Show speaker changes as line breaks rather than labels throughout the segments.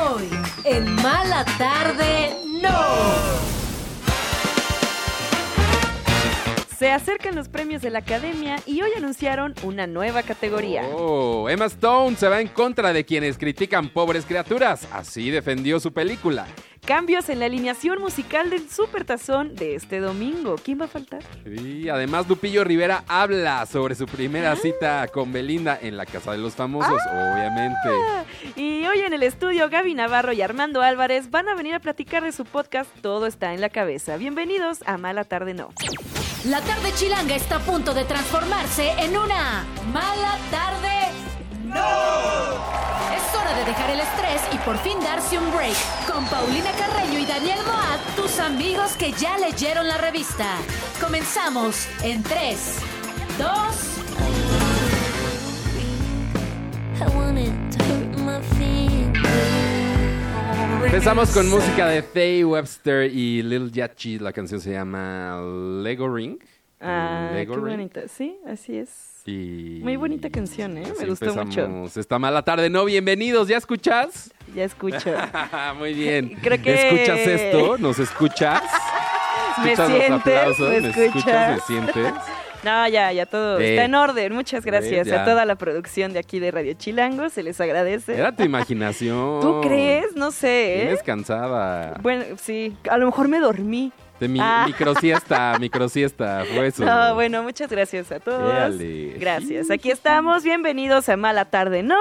hoy en Mala Tarde No.
Se acercan los premios de la Academia y hoy anunciaron una nueva categoría.
Oh, Emma Stone se va en contra de quienes critican pobres criaturas. Así defendió su película.
Cambios en la alineación musical del Supertazón de este domingo. ¿Quién va a faltar?
Y además Lupillo Rivera habla sobre su primera cita con Belinda en la Casa de los Famosos, obviamente.
Ah. Ah, Y hoy en el estudio Gaby Navarro y Armando Álvarez van a venir a platicar de su podcast Todo está en la cabeza. Bienvenidos a Mala Tarde No.
La tarde chilanga está a punto de transformarse en una Mala Tarde No. Es hora de dejar el estrés y por fin darse un break. Con Paulina Carreño y Daniel Moat, tus amigos que ya leyeron la revista. Comenzamos en 3, 2,
I wanna tighten my fingers.
Empezamos con música de Faye Webster y Lil Yachty. La canción se llama Lego Ring.
Ah, qué
Lego Ring.
bonita. Sí, así es.
Y-
Muy bonita canción, ¿eh? Me
así
gustó mucho.
empezamos Esta mala tarde, no, bienvenidos, ¿ya escuchas?
Ya escucho.
Muy bien.
Creo que-
¿Escuchas esto? ¿Nos escuchas?
me
¿Escuchas los
sientes,
aplausos?
me
escuchas? ¿Me
escuchas.
sientes?
No, ya, ya todo
Eh.
está en orden. Muchas gracias
ya.
a toda la producción de aquí de Radio Chilango. Se les agradece.
Era tu imaginación.
¿Tú crees? No sé, ¿eh?
Vienes cansada.
Bueno, sí, a lo mejor me dormí.
De mi
Ah.
microsiesta, microsiesta, fue eso.
No, bueno, muchas gracias a todos.
Éale.
Gracias. Aquí estamos. Bienvenidos a Mala Tarde, ¿no?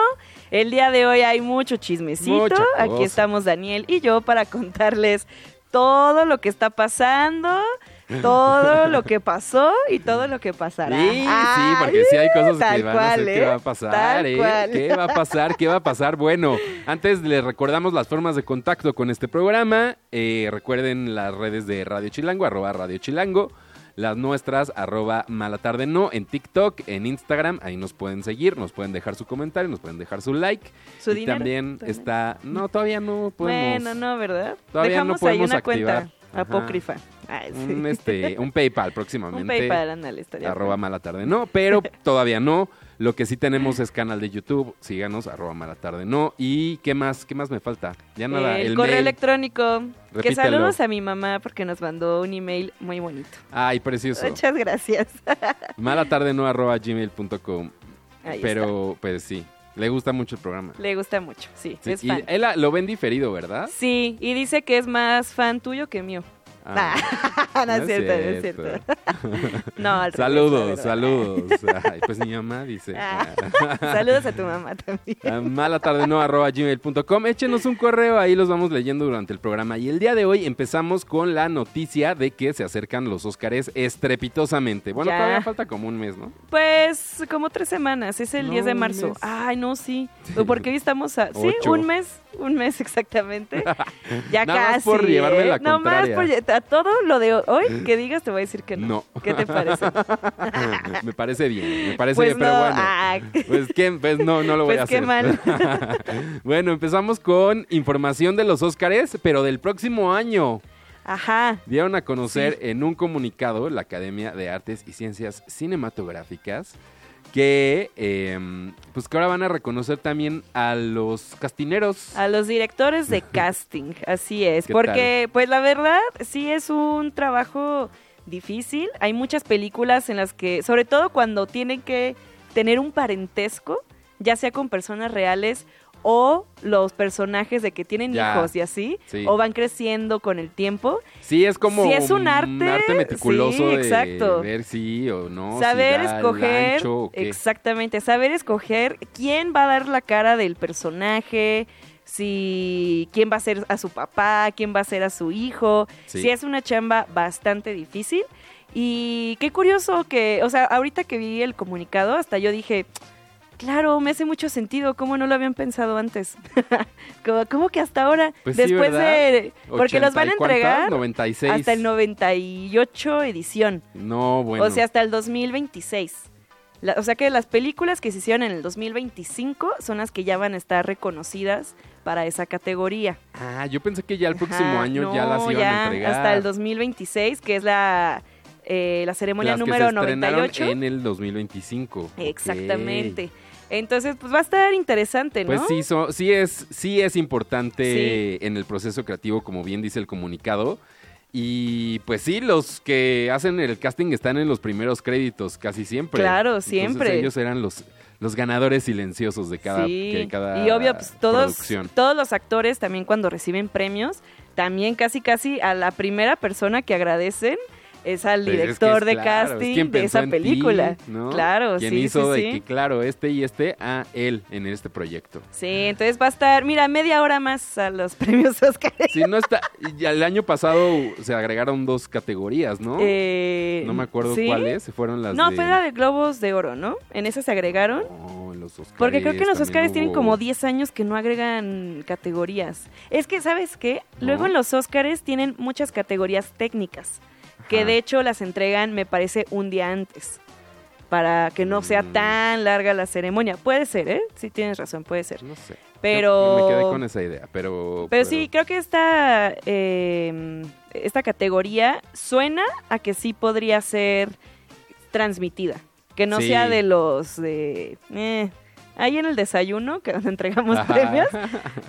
El día de hoy hay mucho chismecito.
Mucha
Aquí
cosa.
estamos Daniel y yo para contarles todo lo que está pasando, todo lo que pasó y todo lo que pasará.
Sí, sí,
Ay,
porque sí hay cosas
tal
que van a
cual,
hacer. ¿Qué
¿eh?
va a pasar?
Tal
eh?
cual.
¿Qué va a pasar? ¿Qué va a pasar? Bueno, antes les recordamos las formas de contacto con este programa. Eh, recuerden las redes de Radio Chilango, arroba Radio Chilango. Las nuestras, arroba Malatarde No, en TikTok, en Instagram. Ahí nos pueden seguir, nos pueden dejar su comentario, nos pueden dejar su like.
Su
y
dinero,
también
también.
está... No, todavía no podemos...
Bueno, no, ¿verdad?
Todavía no
Dejamos
podemos
ahí una
activar.
cuenta
Ajá.
apócrifa. Ay, sí.
Un, este, un PayPal
Un
próximamente.
PayPal, ándale, estaría
arroba
bueno.
mala tarde no, pero todavía no. Lo que sí tenemos es canal de YouTube, síganos, arroba mala tarde no. ¿Y qué más? ¿Qué más me falta? Ya nada,
Eh,
el,
el correo
mail.
electrónico. Que
Repítelo.
saludos a mi mamá porque nos mandó un email muy bonito.
Ay, precioso.
Muchas gracias.
Mala tarde no, arroba gmail.com.
Ahí
Pero, pues sí, le gusta mucho el programa.
está. Le gusta mucho, sí,
Sí,
es
y
fan.
él ah, lo ven diferido, ¿verdad?
Sí, y dice que es más fan tuyo que mío. Ah, no es cierto, no es cierto. No, al revés,
Saludos,
la verdad.
saludos. Ay, pues mi mamá dice.
Ah. Saludos a tu mamá también.
a malatardeno arroba gmail.com. Échenos un correo, ahí los vamos leyendo durante el programa. Y el día de hoy empezamos con la noticia de que se acercan los Óscares estrepitosamente. Bueno,
Ya.
todavía falta como un mes, ¿no?
Pues como tres semanas, es el
No,
10 de
un
marzo.
mes.
Ay, no, sí. Porque hoy estamos a... Sí,
Ocho.
un mes, un mes exactamente. Ya
Nada
casi.
más por llevarme la
No más
contraria.
por lle- a todo lo de hoy que digas te voy a decir que no.
No.
¿Qué te parece?
me parece bien, me parece
Pues
bien, pero
no,
bueno.
ah.
Pues, ¿qué? Pues no, no lo voy
Pues
a
qué
hacer.
mal.
bueno, empezamos con información de los Óscares, pero del próximo año.
Ajá.
Dieron a conocer en un comunicado la Academia de Artes y Ciencias Cinematográficas que em, pues que ahora van a reconocer también a los castineros.
A los directores de casting, así es.
¿Qué
Porque, pues la verdad, sí es un trabajo difícil. Hay muchas películas en las que, sobre todo cuando tienen que tener un parentesco, ya sea con personas reales o los personajes de que tienen
Ya,
hijos y así,
sí.
o van creciendo con el tiempo.
Sí, es como
Sí, es un arte,
meticuloso
sí,
de
exacto.
ver sí o no. si
saber
da el
escoger,
ancho o qué.
exactamente, saber escoger quién va a dar la cara del personaje, si quién va a ser a su papá, quién va a ser a su hijo.
Sí.
Sí, es una chamba bastante difícil. Y qué curioso que, o sea, ahorita que vi el comunicado, hasta yo dije, claro, me hace mucho sentido, ¿cómo no lo habían pensado antes? como, como que hasta ahora,
Pues sí,
después
¿verdad?
de... Porque los van a
80 y cuántas,
entregar
96.
hasta el 98 edición.
No, bueno.
O sea, hasta el 2026. La- o sea que las películas que se hicieron en el 2025 son las que ya van a estar reconocidas para esa categoría.
ah, yo pensé que ya el próximo
Ajá,
año ya las
no,
iban
ya
a entregar.
Hasta el 2026, que es la, eh, la ceremonia
Las que
número
se estrenaron
98.
en el 2025. Ok.
Exactamente. Entonces, pues va a estar interesante, ¿no?
Pues sí, so- sí, es, sí es importante en el proceso creativo, como bien dice el comunicado. Y pues sí, los que hacen el casting están en los primeros créditos, casi siempre.
Claro,
Entonces,
siempre.
ellos eran los, los ganadores silenciosos de cada,
Sí,
que cada
y obvio, pues todos,
producción.
todos los actores también cuando reciben premios, también casi casi a la primera persona que agradecen es al
Pues es que
director
es
de
claro, es
casting
quien
de
pensó
esa
en ti,
película.
¿no?
Claro,
Quien
sí,
hizo
sí,
de
sí.
que, claro, este y este a él en este proyecto.
Sí, entonces va a estar, mira, media hora más a los premios Oscar.
Si no está, y el año pasado se agregaron dos categorías, ¿no?
Eh,
no me acuerdo
¿sí?
cuáles, fueron las
No,
de...
fue la de Globos de Oro, ¿no? En esa se agregaron.
No, en los Óscares
Porque creo que en los
también
Óscares tienen
hubo-
como 10 años que no agregan categorías. Es que, ¿sabes qué? Luego
No.
en los Óscares tienen muchas categorías técnicas, que
Ajá.
de hecho las entregan, me parece, un día antes, para que no sea
Mm.
tan larga la ceremonia. Puede ser, ¿eh? Sí, tienes razón, puede ser.
No sé.
Pero-
Yo me quedé con esa idea, pero... pues,
Pero sí, creo que esta, eh, esta categoría suena a que sí podría ser transmitida. Que no
Sí.
sea de los de... eh, ahí en el desayuno, que donde entregamos
Ajá.
premios.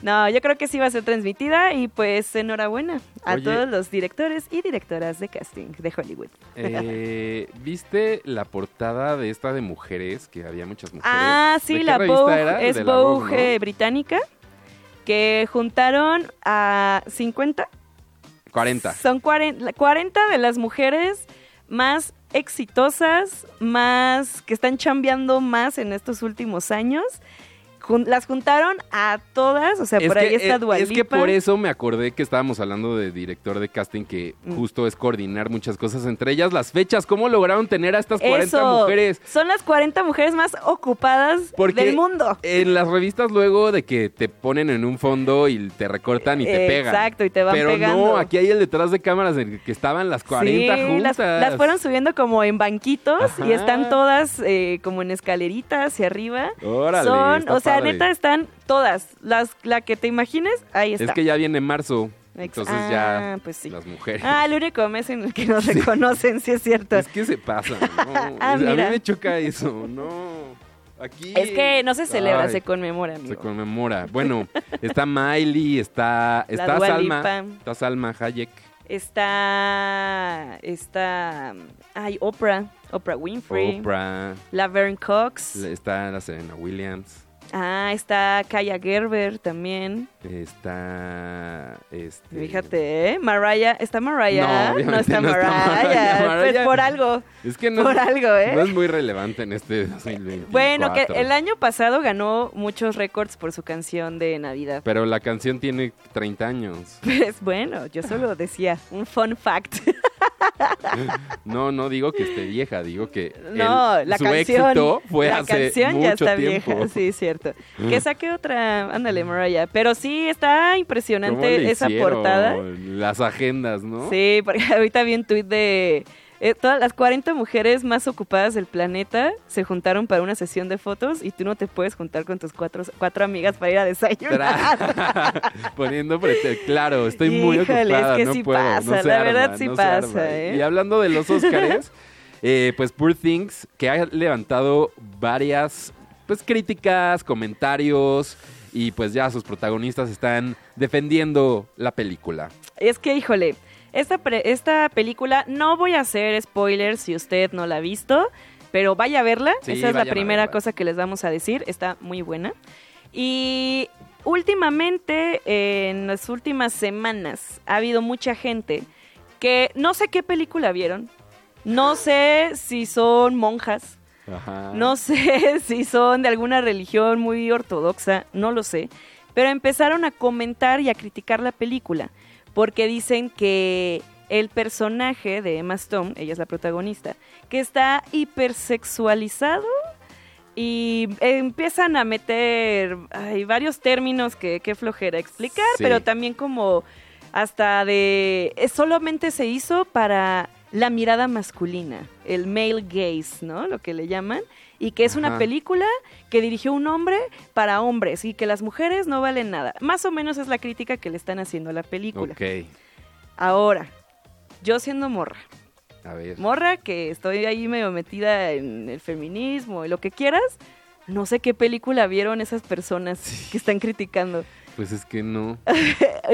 No, yo creo que sí va a ser transmitida y pues enhorabuena a
Oye.
todos los directores y directoras de casting de Hollywood.
Eh, ¿Viste la portada de esta de mujeres? Que había muchas mujeres.
Ah,
¿De
sí,
qué
la
revista
Vogue,
era?
es
De la
Vogue,
¿no?
eh, británica, que juntaron a 50
40.
Son 40, 40 de las mujeres más exitosas, más que están chambeando más en estos últimos años. Jun- las juntaron a todas, o sea, por ahí está
eh,
Dua
es que
Lipa.
por eso me acordé que estábamos hablando de director de casting que
Mm.
justo es coordinar muchas cosas, entre ellas las fechas. ¿Cómo lograron tener a estas 40
Eso,
mujeres?
Son las 40 mujeres más ocupadas
Porque
del mundo.
En las revistas luego de que te ponen en un fondo y te recortan y te pegan.
Exacto, y te van
Pero
pegando.
no, aquí hay el detrás de cámaras en el que estaban las 40
Sí,
juntas.
Las, las fueron subiendo como en banquitos y
Ajá.
están todas eh, como en escaleritas hacia arriba.
Órale,
Son,
está
o sea,
padre.
neta están todas. Las, la que te imagines, ahí está.
Es que ya viene marzo,
Ex-
entonces
Ah,
ya
pues sí.
las mujeres.
Ah, el único mes en el que nos reconocen, sí es cierto.
es que se pasa, ¿no?
Ah,
Es- a mí
mira.
me choca eso, no. Aquí
Es que no se celebra,
Ay,
se conmemora, amigo.
se conmemora. Bueno, está Miley, está está
Dua
Salma,
Lipa.
está Salma Hayek.
Está, está, ay, Oprah, Oprah Winfrey,
Oprah,
Laverne Cox,
está la Serena Williams.
ah, está Kaya Gerber también,
Está. Este,
fíjate, ¿eh? Mariah, ¿está Mariah?
No, obviamente
está
no está
Mariah,
Mariah. Mariah-
pues por algo,
Es que no,
por
es,
algo, ¿eh?
no es muy relevante en este 2024.
bueno, que el año pasado ganó muchos récords por su canción de Navidad.
Pero la canción tiene 30 años.
Pues bueno, yo solo decía un fun fact.
No, no digo que esté vieja, digo que
No,
el-
la
su
canción.
éxito fue
la
hace
canción
mucho
ya está
tiempo. Mm.
vieja, sí, es cierto. Que saque otra, ándale, Mariah. Pero sí, está
¿Cómo
impresionante
le
esa
hicieron
portada.
Las agendas, ¿no?
Sí, porque ahorita vi un tuit de eh, todas las 40 mujeres más ocupadas del planeta se juntaron para una sesión de fotos y tú no te puedes juntar con tus cuatro, cuatro amigas para ir a desayunar.
Tra- Poniendo prete- claro, estoy muy
Híjole, es
ocupada,
que
no
sí
puedo, no
pasa,
se
la
arma,
verdad sí
no se
pasa,
arma.
¿eh?
Y hablando de los Óscares, eh, pues Poor Things, que ha levantado varias pues críticas, comentarios y pues ya sus protagonistas están defendiendo la película.
Es que, híjole, esta, pre- esta película, no voy a hacer spoilers si usted no la ha visto, pero vaya a verla.
Sí,
Esa es la
vayan a
primera
verla.
cosa que les vamos a decir. Está muy buena. Y últimamente, eh, en las últimas semanas, ha habido mucha gente que no sé qué película vieron. No sé si son monjas.
Ajá.
No sé si son de alguna religión muy ortodoxa, no lo sé, pero empezaron a comentar y a criticar la película, porque dicen que el personaje de Emma Stone, ella es la protagonista, que está hipersexualizado y empiezan a meter ay, varios términos que, que flojera explicar,
Sí.
pero también como hasta de eh, solamente se hizo para la mirada masculina, el male gaze, ¿no? Lo que le llaman, y que es una
Ajá.
película que dirigió un hombre para hombres y que las mujeres no valen nada. Más o menos es la crítica que le están haciendo a la película.
Ok,
Ahora, yo siendo morra,
a ver.
morra que estoy ahí medio metida en el feminismo y lo que quieras, No sé qué película vieron esas personas que están criticando. Eh,
Pues es que no.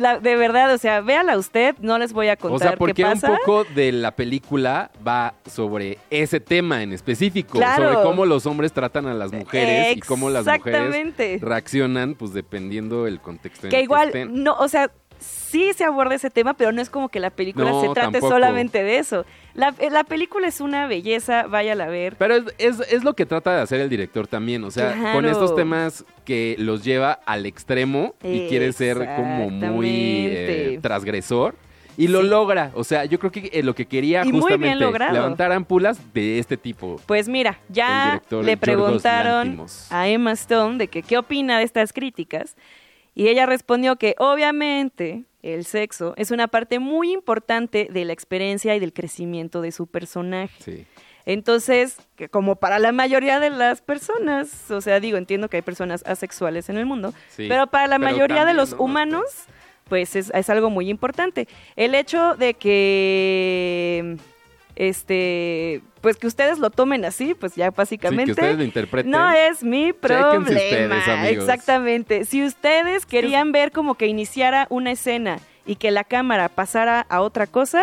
La- de verdad, o sea, véala usted, no les voy a contar
O sea,
qué
porque un
pasa.
poco de la película va sobre ese tema en específico,
Claro.
sobre cómo los hombres tratan a las mujeres y cómo las mujeres
Exactamente.
reaccionan, pues dependiendo del contexto en el
Que igual,
estén.
no, o sea, sí se aborda ese tema, pero no es como que la película
No,
se trate
tampoco.
solamente de eso. La, eh, la película es una belleza, váyala a ver.
Pero es, es- es lo que trata de hacer el director también, o sea, con
Claro.
estos temas que los lleva al extremo y quiere ser como muy eh,
Exactamente.
transgresor. Y lo logra, o sea, yo creo que eh, lo que quería
Y muy bien
justamente
logrado.
levantar ampulas de este tipo.
Pues mira,
El
ya
director
le
Yorgos
preguntaron
Lanthimos.
a Emma Stone de que qué opina de estas críticas y ella respondió que obviamente el sexo es una parte muy importante de la experiencia y del crecimiento de su personaje.
Sí.
Entonces, que como para la mayoría de las personas, o sea, digo, entiendo que hay personas asexuales en el mundo,
Sí,
pero para la
pero
mayoría de
también
los
no, no,
humanos, pues es, es algo muy importante. El hecho de que, este, pues que ustedes lo tomen así, pues ya
Sí, que
básicamente...
ustedes lo interpreten.
no eh, es mi problema.
ustedes, amigos.
Exactamente. Si ustedes
es-
querían ver como que iniciara una escena y que la cámara pasara a otra cosa,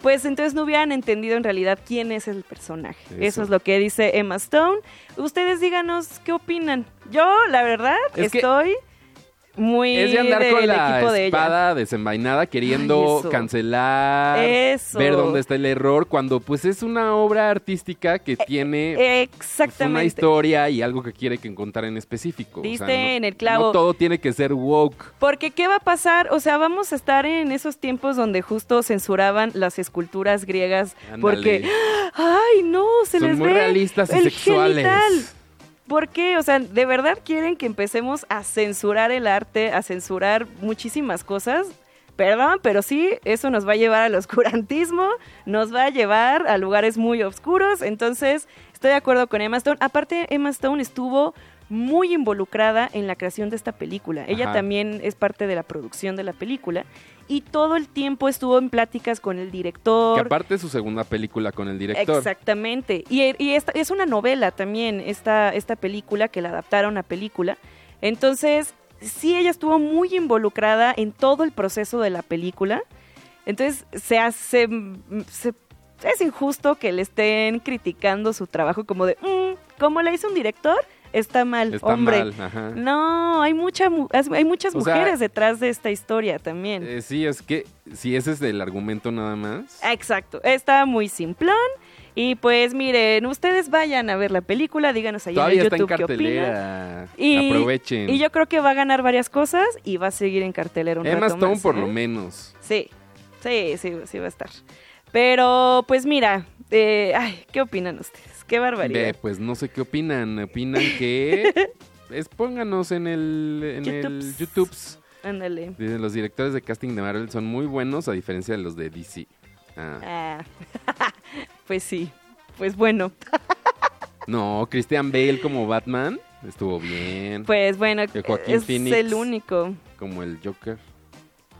pues entonces no hubieran entendido en realidad quién es el personaje. Eso,
Eso.
es lo que dice Emma Stone. Ustedes díganos qué opinan. Yo, la verdad,
Es que
estoy muy
Es de andar con
del equipo
la
de ella.
espada desenvainada
Ay,
queriendo
eso.
cancelar,
Eso.
ver dónde está el error, cuando pues es una obra artística que tiene pues, una
Eh, Exactamente.
historia y algo que quiere que encontrar en específico. O sea,
Diste
no-
en el clavo.
No todo tiene que ser woke.
Porque ¿qué va a pasar? O sea, vamos a estar en esos tiempos donde justo censuraban las esculturas griegas
Ándale.
porque ay, no, se
Son
les
muy
ve
realistas y
el
sexuales.
genital. ¿Por qué? O sea, ¿de verdad quieren que empecemos a censurar el arte, a censurar muchísimas cosas? Perdón, pero sí, eso nos va a llevar al oscurantismo, nos va a llevar a lugares muy oscuros. Entonces, estoy de acuerdo con Emma Stone. Aparte, Emma Stone estuvo muy involucrada en la creación de esta película. Ella
Ajá.
también es parte de la producción de la película y todo el tiempo estuvo en pláticas con el director.
Que aparte es su segunda película con el director.
Exactamente. Y, y esta- es una novela también, esta, esta película, que la adaptaron a película. Entonces, sí, ella estuvo muy involucrada en todo el proceso de la película. Entonces, se hace... mm, se- es injusto que le estén criticando su trabajo como de, "Mm, como la hizo un director, está mal,
Está
hombre.
mal. ajá.
No, hay, mucha, mu- hay muchas
O sea,
mujeres detrás de esta historia también.
Eh, sí, es que si ese es el argumento nada más.
Exacto, está muy simplón. Y pues miren, ustedes vayan a ver la película, díganos ahí
Todavía
en
está en
YouTube qué opinan.
cartelera. eh.
Y-
Aprovechen.
Y yo creo que va a ganar varias cosas y va a seguir en cartelera un
Emma
rato
Stone
más,
por
¿eh?
lo menos.
Sí, sí, sí, sí va a estar. Pero pues mira, eh, ay, ¿qué opinan ustedes? Qué
Ve,
barbaridad.
pues no sé qué opinan. Opinan que. es, pónganos en el, en el
YouTubes.
YouTube.
Ándale.
Dicen, los directores de casting de Marvel son muy buenos, a diferencia de los de DC. Ah.
Ah, pues sí, pues bueno.
No, Christian Bale como Batman estuvo bien.
Pues bueno,
Que Joaquín
es
Phoenix.
el único.
Como el Joker.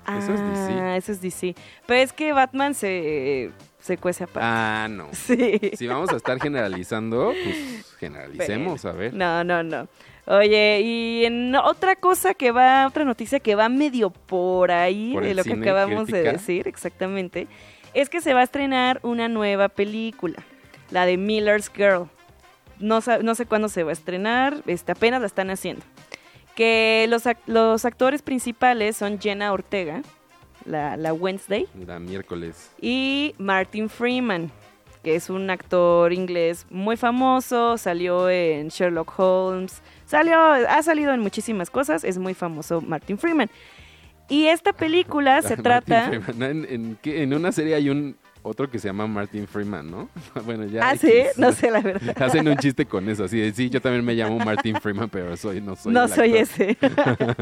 Ah,
Eso es DC.
Eso es DC. Pero es que Batman se, se cuece aparte.
Ah, no.
pues, Sí.
Si vamos a estar generalizando, pues generalicemos, a ver.
No, no, no. Oye, y en otra cosa que va, otra noticia que va medio por ahí
Por
de
el
lo que
cine
acabamos de
crítica.
decir, exactamente, es que se va a estrenar una nueva película, la de Miller's Girl. No, sa- no sé cuándo se va a estrenar, este, apenas la están haciendo. Que los, ac- los actores principales son Jenna Ortega, la, la Wednesday,
La miércoles.
y Martin Freeman, que es un actor inglés muy famoso, salió en Sherlock Holmes, salió, ha salido en muchísimas cosas, es muy famoso Martin Freeman. Y esta película se
Martin
trata...
Freeman. ¿En, en qué- en una serie hay un otro que se llama Martin Freeman, ¿no? bueno, ya.
Ah, sí,
X.
no sé la verdad.
Hacen un chiste con eso, así de, sí, yo también me llamo Martin Freeman, pero soy, no soy
no
el
soy
actor".
ese.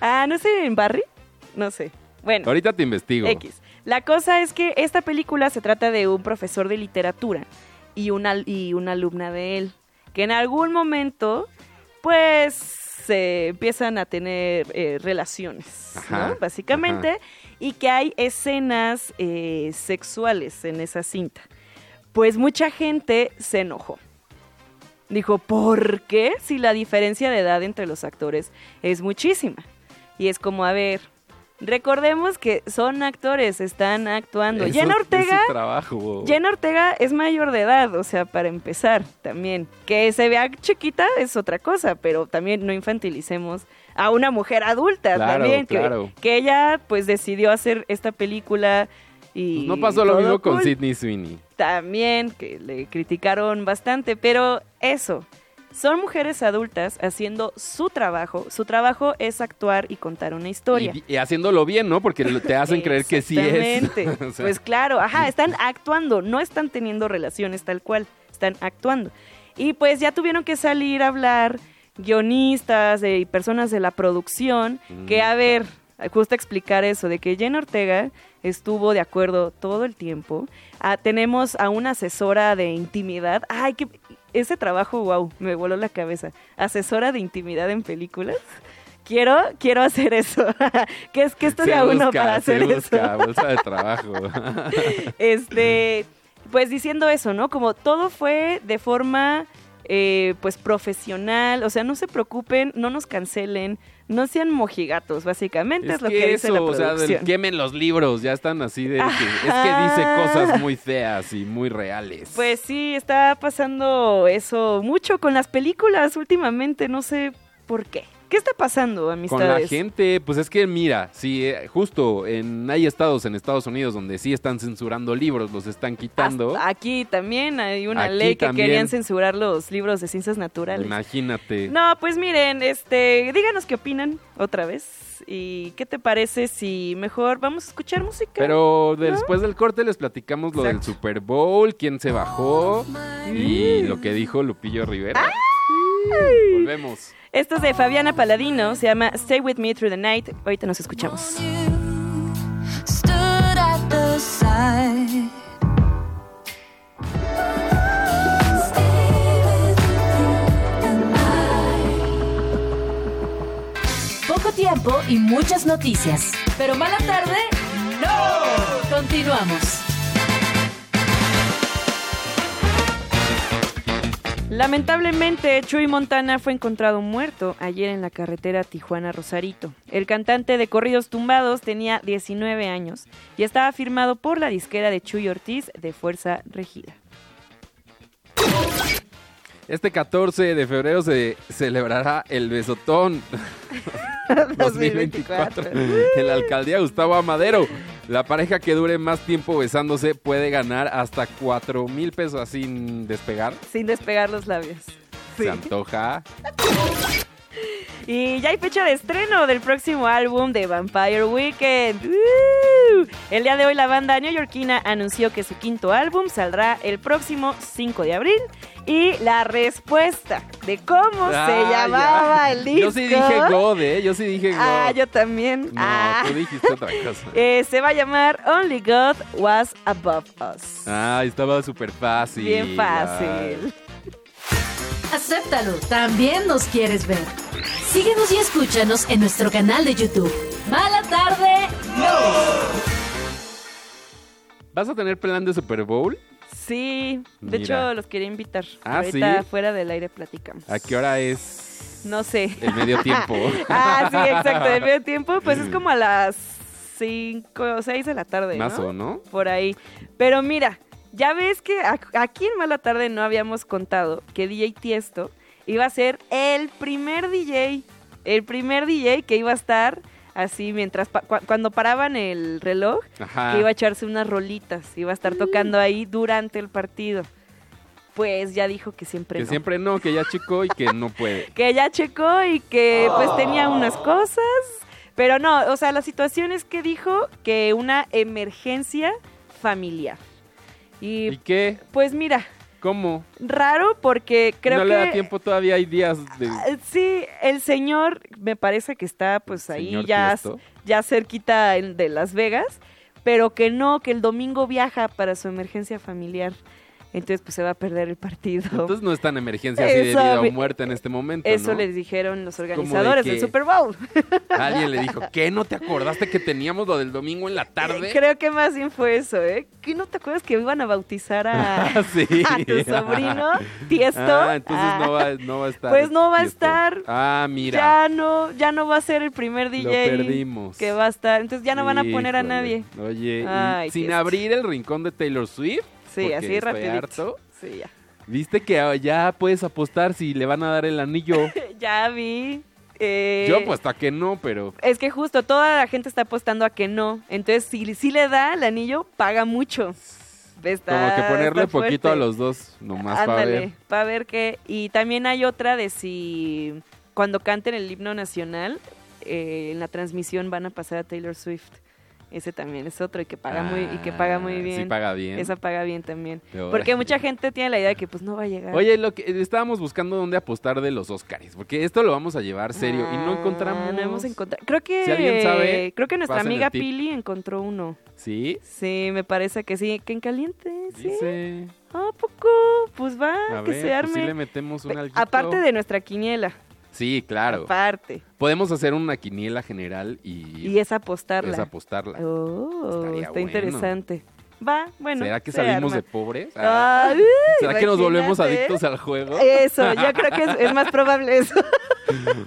ah, no sé, en Barry, no sé. Bueno.
Ahorita te investigo.
X. La cosa es que esta película se trata de un profesor de literatura y una, y una alumna de él, que en algún momento, pues, se empiezan a tener eh, relaciones, ¿no?
Ajá,
Básicamente, y que hay escenas eh, sexuales en esa cinta. Pues mucha gente se enojó. Dijo, ¿por qué? Si la diferencia de edad entre los actores es muchísima. Y es como, a ver, recordemos que son actores, están actuando.
Es
Jenna
su- es su
Ortega,
trabajo.
Jenna Ortega es mayor de edad, o sea, para empezar también. Que se vea chiquita es otra cosa, pero también no infantilicemos a una mujer adulta
Claro,
también. que-
claro.
Que, ella pues decidió hacer esta película y...
Pues no pasó lo
todo
mismo con
cool.
Sidney Sweeney.
También, que le criticaron bastante, pero eso. Son mujeres adultas haciendo su trabajo. Su trabajo es actuar y contar una historia.
Y, y haciéndolo bien, ¿no? Porque lo- te hacen creer que sí es.
Exactamente.
O sea,
Pues claro, ajá, están actuando, no están teniendo relaciones tal cual, están actuando. Y pues ya tuvieron que salir a hablar guionistas eh, y personas de la producción,
Mm.
que a ver, justo explicar eso, de que Jenna Ortega estuvo de acuerdo todo el tiempo. Ah, tenemos a una asesora de intimidad. Ay, que ese trabajo, wow, me voló la cabeza. Asesora de intimidad en películas. Quiero, quiero hacer eso. que es que esto
se
es uno
busca,
para hacer
se
eso
busca, bolsa de trabajo.
este, pues diciendo eso, ¿no? Como todo fue de forma, eh, pues profesional, o sea, no se preocupen, no nos cancelen, no sean mojigatos, básicamente es, lo que, dice la
o sea,
producción.
del- quemen los libros, ya están así de que, es que dice
Ajá.
cosas muy feas y muy reales.
Pues sí, está pasando eso mucho con las películas últimamente, no sé por qué. ¿Qué está pasando,
con la
amistades?
gente, pues es que mira, si eh, justo en hay estados en Estados Unidos donde sí están censurando libros, los están quitando.
Hasta aquí también hay una
Aquí
ley que
también.
querían censurar los libros de ciencias naturales.
Imagínate.
No, pues miren, este, díganos qué opinan otra vez. ¿Y qué te parece si mejor vamos a escuchar música?
Pero después del corte les platicamos lo del
Exacto.
Super Bowl, quién se bajó y lo que dijo Lupillo Rivera. Volvemos.
Esto es de Fabiana Paladino, se llama Stay With Me Through the Night. Ahorita nos escuchamos.
You stood at the side.
Poco tiempo y muchas noticias. Pero mala tarde, no. Continuamos.
Lamentablemente, Chuy Montana fue encontrado muerto ayer en la carretera Tijuana-Rosarito. El cantante de Corridos Tumbados tenía 19 años y estaba firmado por la disquera de Chuy Ortiz de Fuerza Regida.
Este 14 de febrero se celebrará el Besotón 2024 en la alcaldía Gustavo Amadero. La pareja que dure más tiempo besándose puede ganar hasta 4 mil pesos sin despegar.
Sin despegar los labios.
Se antoja.
Y ya hay fecha de estreno del próximo álbum de Vampire Weekend. ¡Uh! El día de hoy la banda neoyorquina anunció que su quinto álbum saldrá el próximo 5 de abril. Y la respuesta de cómo
Ah,
se llamaba
ya.
el disco.
Yo sí dije God, ¿eh? Yo sí dije God.
Ah, yo también.
No,
Ah.
tú dijiste otra cosa.
Eh, se va a llamar Only God Was Above Us.
Ah, estaba súper fácil.
Bien fácil.
Acéptalo, también nos quieres ver. Síguenos y escúchanos en nuestro canal de YouTube. Mala tarde,
Ay. ¿Vas a tener plan de Super Bowl?
Sí, de
Mira.
hecho los quería invitar.
Ah,
Ahorita
¿sí?
fuera del aire platicamos.
¿A qué hora es
No sé.
el medio tiempo?
Ah, sí, exacto. El medio tiempo, pues es como a las 5 o 6 de la tarde.
Más
¿no?
o no.
Por ahí. Pero mira, ya ves que ac- aquí en Mala Tarde no habíamos contado que DJ Tiesto iba a ser el primer DJ. El primer DJ que iba a estar así mientras. pa- cua- cuando paraban el reloj,
Ajá.
que iba a echarse unas rolitas. Iba a estar tocando
Mm.
ahí durante el partido. Pues ya dijo que siempre
Que
no.
siempre no, que ya chico y que no puede.
que ya checó y que pues tenía unas cosas, pero no, o sea, la situación es que dijo que una emergencia familiar. Y
¿Y qué?
pues mira,
¿Cómo?
raro porque creo
no
que
le da tiempo todavía, hay días de...
Ah, Sí, el señor me parece que está pues
El
ahí
señor
ya,
Tiesto.
ya cerquita en- de Las Vegas, pero que no, que el domingo viaja para su emergencia familiar. Entonces, pues se va a perder el partido.
Entonces no es tan emergencia así de
Eso,
vida o
mi-
muerte en este momento.
Eso
¿no?
les dijeron los
de
organizadores
que-
del Super Bowl.
Alguien le dijo, ¿qué? ¿No te acordaste que teníamos lo del domingo en la tarde?
Creo que más bien fue eso, ¿eh? ¿Qué no te acuerdas que iban a bautizar a,
Ah, sí.
a tu sobrino, Tiesto?
Ah, entonces
Ah,
no, va, no va a estar.
Pues no va a
Tiesto.
estar.
Ah, mira.
Ya no, ya no va a ser el primer DJ
perdimos.
que va a estar. Entonces ya no van a poner a
Híjole.
nadie.
Oye, y
Ay,
sin
Tiesto.
abrir el rincón de Taylor Swift.
Sí,
porque
así
estoy
rapidito.
harto.
Sí, ya.
Viste que ah, ya puedes apostar si le van a dar el anillo.
Ya vi. eh,
Yo pues hasta que no, pero
Es que justo toda la gente está apostando a que no. Entonces, si, si le da el anillo, paga mucho. Está-
como que ponerle
está
poquito a
fuerte.
los dos, nomás para
Ándale,
ver.
pa' ver qué. Y también hay otra de si cuando canten el himno nacional, eh, en la transmisión van a pasar a Taylor Swift. Ese también es otro y que paga muy, y que paga
Ah,
muy bien.
Sí, paga bien.
Esa paga bien también.
Órale.
Porque mucha gente tiene la idea de que pues no va a llegar.
Oye, lo que estábamos buscando dónde apostar de los Óscares, porque esto lo vamos a llevar serio y no
Ah,
encontramos.
No hemos encontrado. Creo que,
Si alguien sabe,
creo que nuestra
pasen el
amiga
tip.
Pili encontró uno.
Sí,
Sí, me parece que sí. Que en caliente, sí.
dice.
¿A poco? Pues va,
A
que
ver, pues
se
sí le
arme.
metemos un alguito.
Aparte de nuestra quiniela.
Sí, claro.
Aparte.
Podemos hacer una quiniela general y,
Y es
es
apostarla.
apostarla.
Oh,
Estaría
está
bueno.
interesante. Va, bueno.
¿Será que
se
salimos de
arma.
pobres? Ah,
Ay,
¿Será que nos volvemos
imagínate.
adictos al juego?
Eso, yo creo que es, es más probable eso.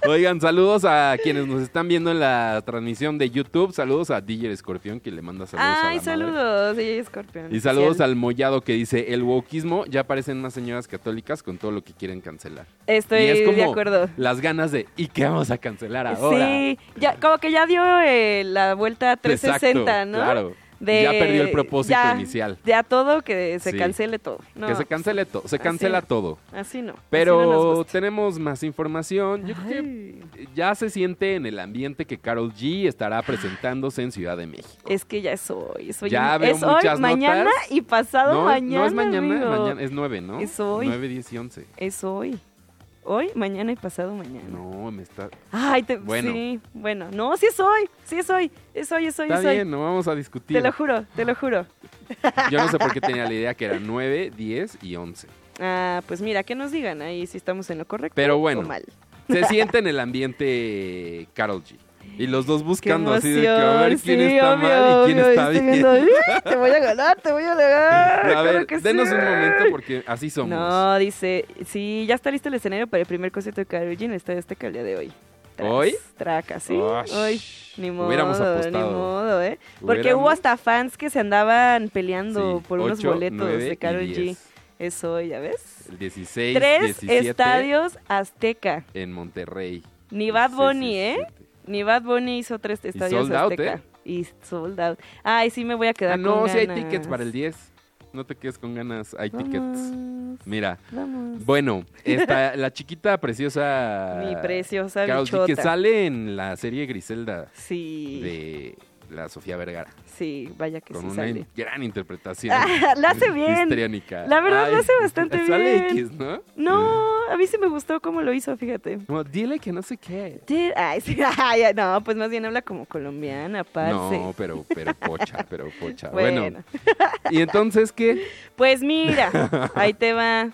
Oigan, saludos a quienes nos están viendo en la transmisión de YouTube. Saludos a DJ Escorpión, que le manda saludos. a la
Ay,
madre.
saludos, ella es Scorpion.
Y saludos
Oficial.
al Mollado que dice, el wokismo ya parecen más señoras católicas con todo lo que quieren cancelar.
Estoy
y es como
de acuerdo.
las ganas de, ¿y qué vamos a cancelar ahora?
Sí, ya, como que ya dio eh, la vuelta
Exacto,
360, ¿no?
Claro.
De-
ya perdió el propósito
ya,
inicial.
Ya todo, que se
Sí.
cancele todo. No,
que se cancele todo, se cancela
no.
todo.
Así no. así
Pero
no nos gusta.
tenemos más información. Yo creo que
Ay,
ya se siente en el ambiente que Carol G estará presentándose en Ciudad de México.
es que ya es hoy. Es hoy,
Ya veo
es hoy,
muchas
mañana
notas.
y pasado
no,
mañana.
no es mañana,
amigo.
mañana- es 9, ¿no?
Es hoy.
9, 10 y 11.
Es hoy. Hoy, mañana y pasado mañana.
No, me está...
Ay, te-
Bueno.
sí, bueno. No, sí es hoy, sí es hoy, es hoy, es hoy,
Está
es hoy.
bien, no vamos a discutir.
Te lo juro, te lo juro.
Yo no sé por qué tenía la idea que era 9, 10 y 11.
Ah, pues mira, que nos digan ahí si estamos en lo correcto
Pero
o
bueno,
mal.
se siente en el ambiente Carol G. Y los dos
Qué
buscando
emoción,
así de que a ver quién
sí,
está mal y quién
obvio,
está
obvio,
bien.
y estoy viendo, "Ih, te voy a ganar, te voy a ganar.
a
claro
ver,
que sí.
denos un momento porque así somos.
No, dice, sí, ya está listo el escenario para el primer concierto de Karol G en el Estadio Azteca el día de hoy. Tras,
¿Hoy?
Traca, sí,
Osh,
hoy. Ni modo,
Hubiéramos
ni
apostado.
modo, ¿eh? Porque
Hubiéramos-
hubo hasta fans que se andaban
Sí,
peleando por unos
ocho,
boletos
nueve y
de Karol G.
10.
Es hoy, ¿ya ves?
El 16,
Tres
17
estadios Azteca.
en Monterrey.
Ni Bad
16,
Bunny, ¿eh?
17.
Ni Bad Bunny hizo tres estadios
sold out,
Azteca.
¿eh?
Y sold out. Ay, sí me voy a quedar
Ah,
con
no,
ganas.
si hay tickets para el 10. No te quedes con ganas, hay tickets.
Vamos,
Mira,
vamos.
bueno, esta, la chiquita preciosa
Mi preciosa
Karol G, que
bichota.
sale en la serie Griselda
Sí,
de la Sofía Vergara.
sí, vaya que
con
sí
una
sale.
gran interpretación.
Ah, la hace bien.
histriónica.
La verdad, lo hace bastante
sale
bien.
X, ¿no?
No, a mí sí me gustó cómo lo hizo, fíjate.
Como, dile que no sé qué.
Te- Ay, sí, ay, ay, no, pues más bien habla como colombiana, parce.
No, pero, pero pocha, pero pocha.
bueno.
Bueno. ¿y entonces qué?
pues mira, ahí te va.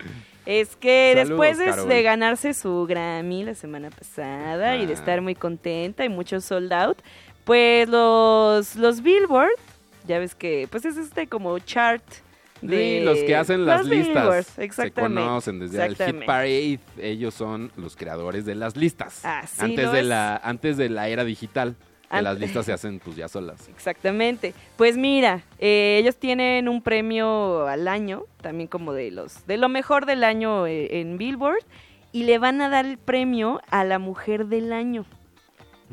Es que
Saludos,
después de,
Carol.
de ganarse su Grammy la semana pasada y de
Ah.
estar muy contenta y mucho sold out, pues los, los Billboard, ya ves que, pues es este como chart. De
Sí, los que hacen las
los Billboard,
listas se
exactamente.
conocen desde el Hit
exactamente.
Parade. Ellos son los creadores de las listas.
Así
antes
lo
de
es.
la antes de la era digital, que
Ant-
las listas se hacen pues ya solas.
Exactamente. Pues mira, eh, ellos tienen un premio al año, también como de los de lo mejor del año eh, en Billboard, y le van a dar el premio a la mujer del año,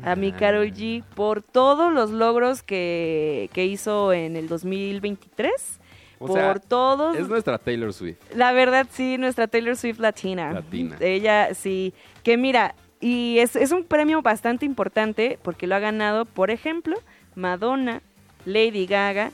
a mi
Ah.
Carol G, por todos los logros que, que hizo en el 2023,
O
por
sea,
todos.
es nuestra Taylor Swift.
La verdad, sí, nuestra Taylor Swift latina.
Latina.
Ella, sí. Que mira, y es, es un premio bastante importante porque lo ha ganado, por ejemplo, Madonna, Lady Gaga,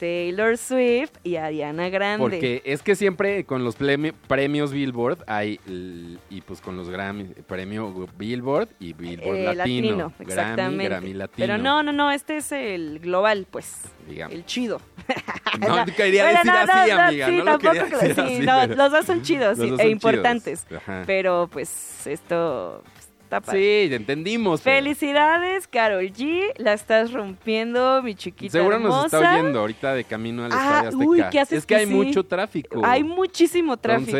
Taylor Swift y Ariana Grande.
Porque es que siempre con los plemi- premios Billboard hay, l- y pues con los Grammy, premio Billboard y Billboard
Eh,
Latino. Grammy,
exactamente.
Grammy Latino.
Pero no, no, no, este es el global, pues.
Digamos.
El chido.
No te quería
Ah, Bueno,
decir así, amiga.
sí,
no lo
tampoco
quería
que-
decir
sí,
así,
no,
pero-
los dos son chidos
Los
sí,
dos
e
son
importantes.
chidos. Ajá.
Pero pues esto pues, está padre.
Sí, ya entendimos. pero
Felicidades, Carol G. La estás rompiendo, mi chiquita.
Seguro
hermosa.
nos está oyendo ahorita de camino al
Ah,
Estadio
uy,
Azteca.
¿qué haces
es que,
que
hay
sí?
mucho tráfico.
Hay muchísimo tráfico.
Uh.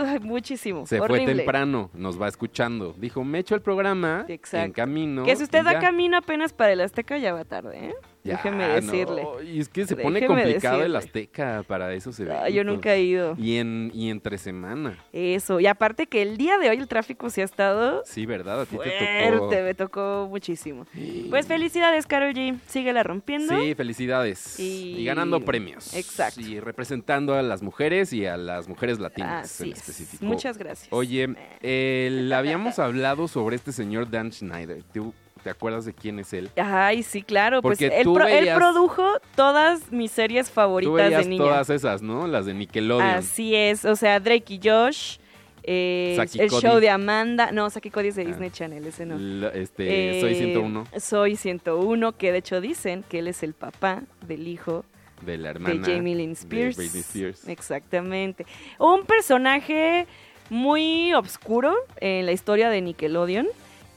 Entonces,
Uy, muchísimo.
se
Horrible.
fue temprano, nos va escuchando. Dijo, me echo el programa en
Exacto.
camino.
que si usted
y
va
ya.
camino apenas para el Azteca, ya va tarde, ¿eh?
Ya,
Déjeme
no,
decirle.
Y es que se pone
Déjeme
complicado el
decirle.
Azteca para eso se ve.
Ah, yo nunca he ido.
Y, en, y entre semana.
Eso. Y aparte que el día de hoy el tráfico sí ha estado
Sí, ¿verdad? A ti te tocó.
fuerte. Me tocó muchísimo. Pues felicidades, Carol G. Síguela rompiendo.
Sí, felicidades. Y...
Y-
ganando premios.
Exacto.
Y representando a las mujeres y a las mujeres latinas
Así
en
es.
específico.
Muchas gracias. Eh,
Oye, el- habíamos hablado sobre este señor Dan Schneider. ¿Tú te acuerdas de quién es él?
Ay, sí, claro. Pues
Porque
él,
tú
pro- él
veías-
produjo todas mis series
Tú
favoritas
veías
de Ah, niña.
todas esas, ¿no? Las de Nickelodeon.
Así es, o sea, Drake y Josh, eh,
Saki
el
Cody.
show de Amanda, no, Saki Cody es de
Ah.
Disney Channel, ese no.
La- este,
Eh,
Soy 101
Soy 101, que de hecho dicen que él es el papá del hijo
de la hermana
de Jamie Lynn Spears.
de Britney Spears.
Exactamente. Un personaje muy oscuro en la historia de Nickelodeon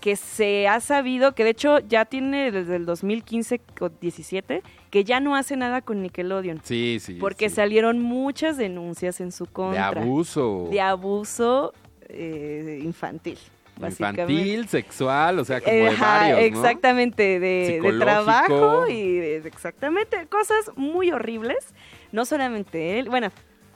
que se ha sabido, que de hecho ya tiene desde el 2015 o 17, que ya no hace nada con Nickelodeon.
Sí, sí.
Porque
sí.
salieron muchas denuncias en su
de
contra.
abuso.
de abuso, eh, infantil, básicamente.
Infantil, sexual, o sea, como de
Ajá,
varios, ¿no?
Exactamente, de- de,
Psicológico.
trabajo y de- de- exactamente, cosas muy horribles. No solamente él, bueno,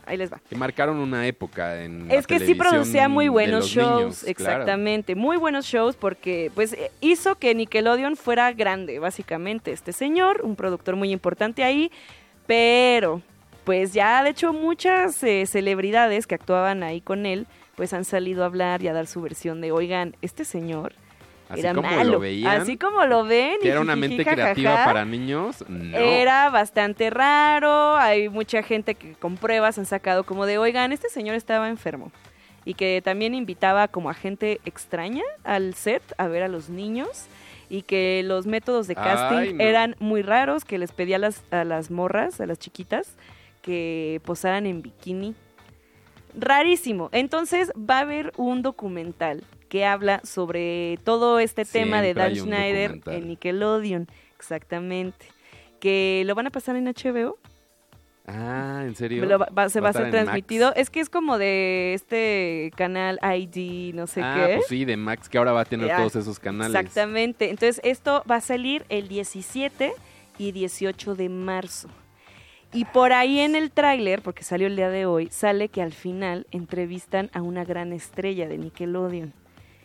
ahí les va.
Que marcaron una época en la
Es que sí
televisión
producía muy
de
buenos
los
shows,
niños, claro.
exactamente, muy buenos shows porque pues eh, hizo que Nickelodeon fuera grande, básicamente, este señor, un productor muy importante ahí, pero pues ya de hecho muchas eh, celebridades que actuaban ahí con él, pues han salido a hablar y a dar su versión de, oigan, este señor
Así
era
como
malo,
lo veían,
así como lo ven, y
que era una mente
jijijijajaja,
creativa para niños, no.
Era bastante raro, hay mucha gente que con pruebas han sacado como de, oigan, este señor estaba enfermo. Y que también invitaba como a gente extraña al set a ver a los niños. Y que los métodos de casting
Ay, no.
eran muy raros, que les pedía a las, a las morras, a las chiquitas, que posaran en bikini. Rarísimo. Entonces va a haber un documental que habla sobre todo este tema de
Siempre
Dan
hay un
Schneider
documental.
en Nickelodeon. Exactamente. Que lo van a pasar en HBO.
Ah, ¿en serio?
Lo va- va- se va, a
estar
ser
en Max?
transmitido. Es que es como de este canal ID, no sé
ah,
qué.
pues sí, de Max, que ahora va a tener
Ya,
todos esos canales.
Exactamente. Entonces, esto va a salir el 17 y 18 de marzo. Y por ahí en el tráiler, porque salió el día de hoy, sale que al final entrevistan a una gran estrella de Nickelodeon.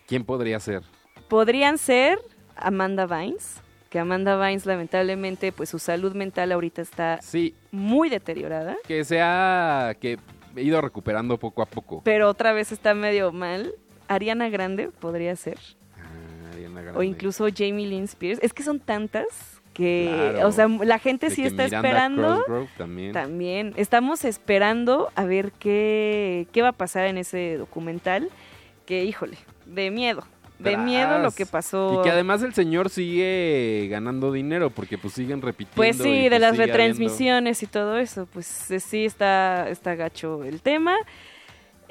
¿Quién podría ser?
Podrían ser Amanda Vines, que Amanda Vines lamentablemente pues su salud mental ahorita está
Sí,
muy deteriorada,
que sea que he ido recuperando poco a poco.
pero otra vez está medio mal. Ariana Grande podría ser.
Ah, Ariana Grande.
O incluso Jamie Lynn Spears. Es que son tantas que,
Claro.
o sea, la gente
De
este sí
que
está
Miranda
esperando.
Cosgrove también.
También estamos esperando a ver qué, qué va a pasar en ese documental. Que, híjole, de miedo. De
Tras.
miedo lo que pasó.
Y que además el señor sigue ganando dinero porque pues siguen repitiendo.
pues
y,
sí, de las
sigue habiendo-
retransmisiones y todo eso. Pues eh, sí, está, está gacho el tema.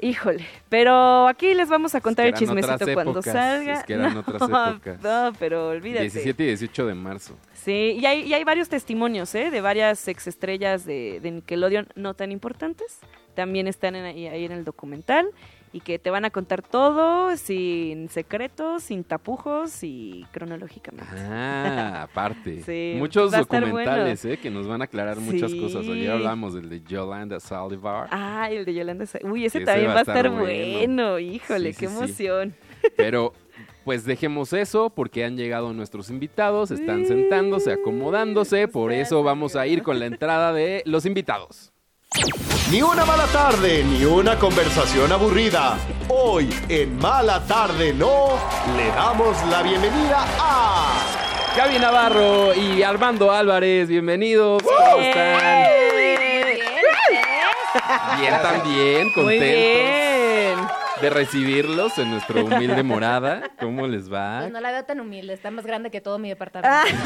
Híjole, pero aquí les vamos a contar
que eran
el
otras
chismecito cuando
épocas,
salga.
es que eran
no,
otras épocas.
no, pero olvídate.
17 y 18 de marzo.
Sí, y hay, y hay varios testimonios, ¿eh? De varias exestrellas de, de Nickelodeon no tan importantes. También están en- ahí, ahí en el documental. Y que te van a contar todo sin secretos, sin tapujos y cronológicamente.
Ah, aparte.
Sí,
Muchos
va a estar
documentales, ¿eh? Que nos van a aclarar muchas cosas. Ayer
Sí.
hablamos del de Yolanda Saldivar.
Ah, y el de Yolanda. Sa- Uy, ese,
Ese
también va a estar bueno.
bueno. Sí,
Híjole,
sí,
qué
sí.
emoción.
Pero pues dejemos eso porque han llegado nuestros invitados, están sentándose, acomodándose, por eso vamos a ir con la entrada de los invitados.
Ni una mala tarde, ni una conversación aburrida. Hoy en Mala Tarde No le damos la bienvenida a
Gaby Navarro y Armando Álvarez, bienvenidos. ¿Cómo están? Bien también,
Muy
contentos
bien.
de recibirlos en nuestra humilde morada. ¿Cómo les va?
Pues no la veo tan humilde, está más grande que todo mi departamento.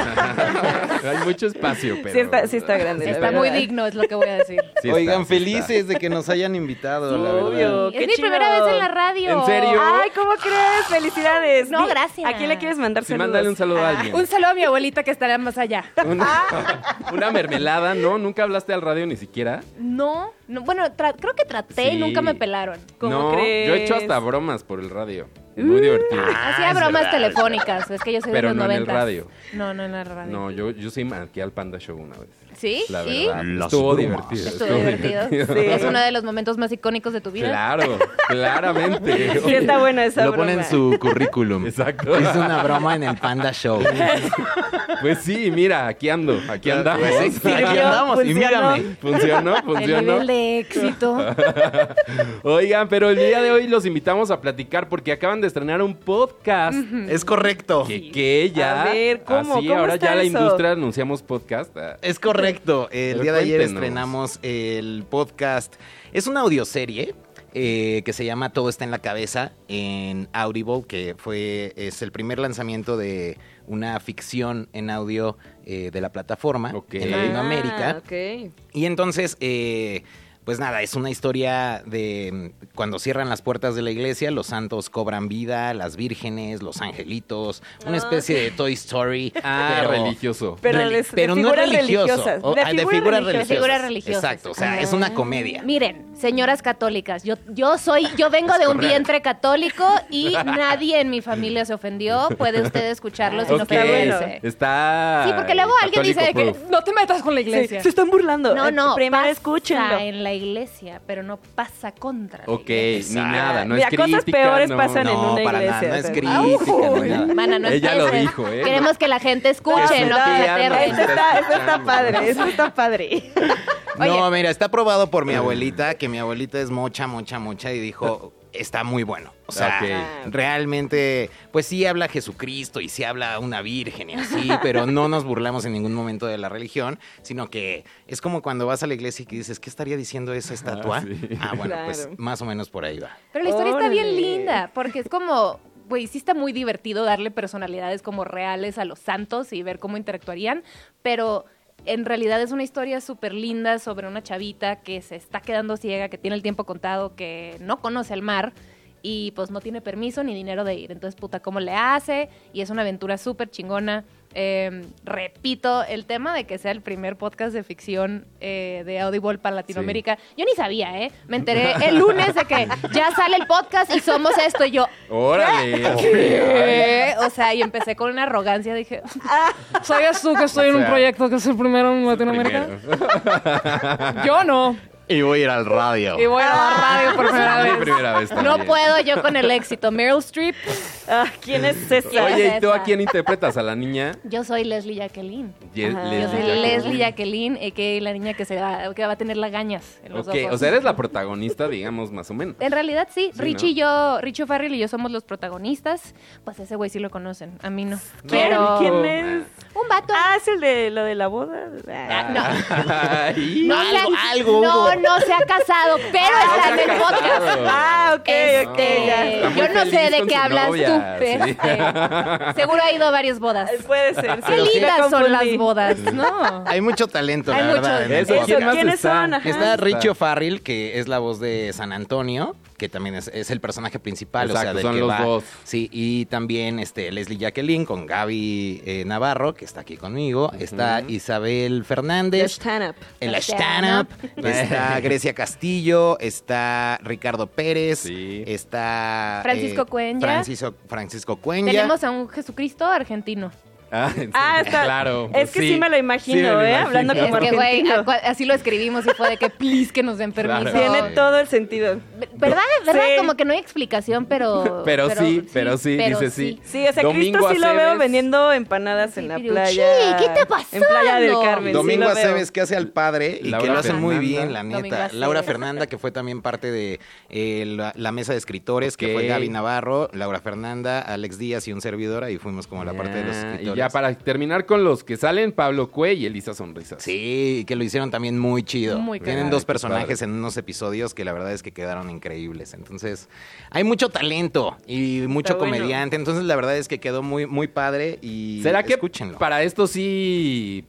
Hay mucho espacio, pero...
Sí está, sí está grande.
Sí
la
está
verdad.
muy digno, es lo que voy a decir.
Sí está,
Oigan,
sí está.
felices de que nos hayan invitado, la verdad.
Obvio.
es
qué
mi
chido.
primera vez en la radio. Ah,
¿En serio?
Ay, ¿cómo crees? Felicidades.
No,
Di,
gracias.
¿A quién le quieres mandar
Sí,
saludos? Ah,
mándale un Ah. saludo a alguien.
Un saludo a mi abuelita que estará más allá.
Una, una mermelada, ¿no? ¿Nunca hablaste al radio ni siquiera?
No, no, bueno, tra- creo que traté
Sí.
y nunca me pelaron.
¿Cómo
no, yo he hecho
crees?
hasta bromas por el radio. Es muy divertido.
Hacía bromas telefónicas, es que yo soy
Pero
Mm. Ah, de los
no en el
90.
radio.
No, no en el radio.
No, yo, yo sí marqué al Panda Show una vez.
¿Sí?
La
¿Y?
verdad.
Las
Estuvo
bromas.
divertido.
Estuvo divertido.
Sí.
Es uno de los momentos más icónicos de tu vida.
Claro, claramente.
Sí, está buena esa
Lo
broma.
pone en su currículum.
Exacto.
Hizo una broma en el Panda Show.
Pues sí, mira, aquí ando, aquí andamos.
Pues sí,
Sirvió,
aquí andamos, y
funcionó.
mírame.
Funcionó,
El
funcionó.
nivel de éxito.
Oigan, pero el día de hoy los invitamos a platicar porque acaban de estrenar un podcast.
Es correcto.
Que, que ya.
A ver, ¿cómo?
Así,
¿Cómo
ahora
está
ya la
eso?
industria anunciamos podcast. Ah,
Es correcto. El
Pero
día de ayer
cuéntenos.
estrenamos el podcast. Es una audioserie eh, que se llama Todo está en la cabeza en Audible, que fue es el primer lanzamiento de una ficción en audio eh, de la plataforma
Ok.
en Latinoamérica.
Ah, ok.
Y entonces, eh, pues nada, es una historia de mm, cuando cierran las puertas de la iglesia, los santos cobran vida, las vírgenes, los angelitos, una
Ah.
especie de Toy Story.
Ah,
pero-
religioso.
Pero
reli-
de- de figuras religiosas,
O-
de
ah,
figuras
de figuras
religiosas.
religiosas.
Figuras religiosas.
Exacto, o sea,
Ah.
es una comedia.
Miren, señoras católicas, yo, yo soy, yo vengo de un
correcto.
vientre católico y nadie en mi familia se ofendió. Puede usted escucharlo sin
Ok,
¿eh?
ofenderse.
Está.
Sí, porque luego alguien dice de que
católico proof.
no te metas con la
Sí,
iglesia.
se están burlando.
No,
Eh,
no.
Primero
pasa
escúchenlo.
en la iglesia, pero no pasa contra. la
Ok,
iglesia.
ni nada, no
Mira,
es
cosas
crítica,
peores
no,
pasan en
No,
una
para
iglesia.
nada, no
o
es
sea.
crítica, no es nada.
Mana, no
Ella lo
empieces.
dijo, ¿eh?
Queremos que la gente escuche,
Eso
no
está-
que se
Ah,
aterren.
Esto está, esto está padre, esto está padre.
No, mira, está aprobado por mi abuelita, que mi abuelita es mocha, mocha, mocha, y dijo, está muy bueno. O sea,
Ok.
realmente, pues sí habla Jesucristo y sí habla una virgen y así, pero no nos burlamos en ningún momento de la religión, sino que es como cuando vas a la iglesia y que dices, ¿qué estaría diciendo esa estatua? Ah,
sí.
bueno,
Claro.
pues más o menos por ahí va.
Pero la historia está bien
Órale.
linda, porque es como, güey, sí está muy divertido darle personalidades como reales a los santos y ver cómo interactuarían, pero en realidad es una historia súper linda sobre una chavita que se está quedando ciega, que tiene el tiempo contado, que no conoce el mar. Y pues no tiene permiso ni dinero de ir. Entonces, puta, ¿cómo le hace? Y es una aventura súper chingona. Eh, repito, el tema de que sea el primer podcast de ficción eh, de Audible para Latinoamérica. Yo ni sabía, ¿eh? Me enteré el lunes de que ya sale el podcast y somos esto. Y yo,
Órale.
¿qué? O sea, y empecé con una arrogancia. Dije, ¿sabías tú que estoy en
O
un
sea,
proyecto que es el primero en Latinoamérica?
Primero.
Yo no.
Y voy a ir al radio.
Y voy a dar radio por primera
Ah. Mi
vez.
primera vez
No
también.
puedo yo con el éxito. Meryl Streep.
Ah, ¿Quién es esa?
Oye, ¿y tú a
Esa.
quién interpretas? ¿A la niña?
Yo soy Leslie Jacqueline.
Ye-
Ajá.
Yo soy
Jacqueline.
Leslie Jacqueline, que la niña que, se va, que va a tener lagañas en los
Ok,
ojos.
o sea, eres la protagonista, digamos, más o menos.
En realidad sí,
Sí,
Richie
¿no?
y yo, Richie Farrell y yo somos los protagonistas. Pues ese güey sí lo conocen, a mí no.
¿Quién,
Pero
quién
ah,
es?
un vato.
Ah, es el de lo de la boda. Ah.
Ay,
no
algo,
se ha,
algo
no,
hubo.
no se ha casado, pero está en
se ha
el podcast.
casado.
Ah, ok, ok.
Este,
Está
ya.
muy
yo no sé
feliz
de
con
qué
su
hablas
novia,
tú,
sí.
pero este, seguro ha ido a varias bodas.
Puede ser.
Qué
sí, me
lindas son las
confundí.
bodas, ¿no?
Hay mucho talento,
Hay
la
mucho-
verdad. en el
Eso,
Eso,
podcast.
¿quién más
¿quiénes
está?
son? Ajá.
Está Richo Farrell, que es la voz de San Antonio, que también es, es el personaje principal,
Exacto,
o sea, del
son
que
los
va.
dos.
Sí, y también este, Leslie Jacqueline con Gaby eh, Navarro, que está aquí conmigo. Está Isabel Fernández.
stand-up.
El
El
stand-up. Está Grecia Castillo. Está Ricardo Pérez.
Sí.
Está. eh,
Francisco Cuenya.
Francisco, Francisco Cuenya.
Tenemos a un Jesucristo argentino.
Ah, en
Ah,
serio.
está.
claro.
Es que sí, me lo imagino,
Sí, me lo
¿eh?
imagino.
Hablando
Es
como
que,
argentino.
güey, a- cua- así lo escribimos y fue de que, please, que nos den permiso.
Claro.
Tiene todo el sentido.
¿Verdad? ¿Verdad?
Sí.
Como que no hay explicación, pero...
Pero sí, pero sí, dice sí.
Sí, o sea,
Domingo
Cristo sí lo veo
Aceves.
vendiendo empanadas
Sí,
en la
pero,
playa.
"Chi, ¿qué está
En Playa del
pasando?"
Carmen.
Domingo
sí lo veo.
Aceves que hace al padre y
Laura
que lo hace muy
Fernanda.
bien, la
Domingo
neta.
Aceves.
Laura Fernanda, que fue también parte de eh, la, la mesa de escritores, que
Ok.
fue Gaby Navarro, Laura Fernanda, Alex Díaz y un servidor, ahí fuimos como la parte de los
Ya,
escritores.
Ah, Y Ya
películas.
para terminar con los que salen, Pablo Cue y Elisa Sonrisas.
Sí, que lo hicieron también muy chido.
Muy
Tienen
cagado.
dos
Qué
personajes en unos episodios que la verdad es que quedaron increíbles. Entonces, hay mucho talento y mucho
bueno.
comediante. Entonces, la verdad es que quedó muy, muy padre y
¿Será que
escúchenlo.
para esto sí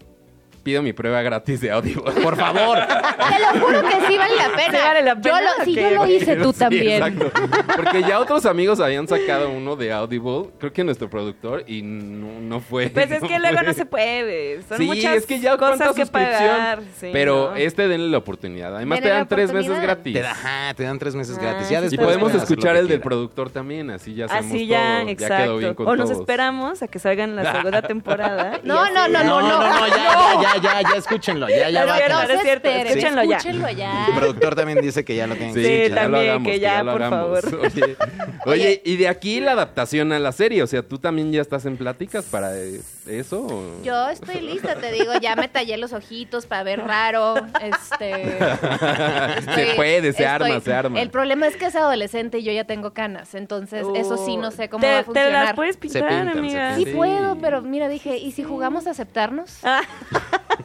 pido mi prueba gratis de audio?
Por favor.
Te lo juro que sí vale la pena.
¿Sí vale la pena?
Yo lo, sí,
Ok,
yo lo
ok.
hice tú
Sí,
también.
exacto. Porque ya otros amigos habían sacado uno de Audible, creo que nuestro productor, y no, no fue.
Pues es
no
que luego no
fue.
se puede. Son
sí,
muchas
es que ya cuánta
cosas que
suscripción.
pagar. Sí,
pero
no.
este denle la oportunidad. Además te
Denle la
dan tres veces
oportunidad.
gratis.
Te, da- ajá, te dan tres meses
Ah,
gratis.
eso
Ya
está
Y
después
podemos
pueden hacer
escuchar
lo
el
que
del
quieran.
productor también, así ya hacemos
Así ya,
todo, ya
exacto.
quedó bien con
o nos
todos.
esperamos a que salgan la segunda temporada. y
No,
así-
no, no, no,
No, no,
no.
no, ya, ya, ya, ya, ya, escúchenlo. Ya, ya,
No,
va.
no,
No
Pero es
se
cierto,
esperen,
escúchenlo ya.
escúchenlo ya.
El productor también dice que ya lo tienen
Sí,
que
Sí,
que ya lo
también,
hagamos,
que
que
ya,
ya lo
por
hagamos.
favor.
Oye, oye, y de aquí la adaptación a la serie, o sea, ¿tú también ya estás en pláticas para eh, eso? o?
Yo estoy lista, te digo, ya me tallé los ojitos para ver raro, este...
se
estoy-
puede, se
estoy-
arma, se arma.
El problema es que es adolescente y yo ya tengo canas, entonces eso sí no sé cómo
te,
va a
Te las
funcionar.
puedes pintar,
pintan, se
amiga.
Sí
Sí.
puedo, pero mira, dije, ¿y si jugamos a aceptarnos?
Ah,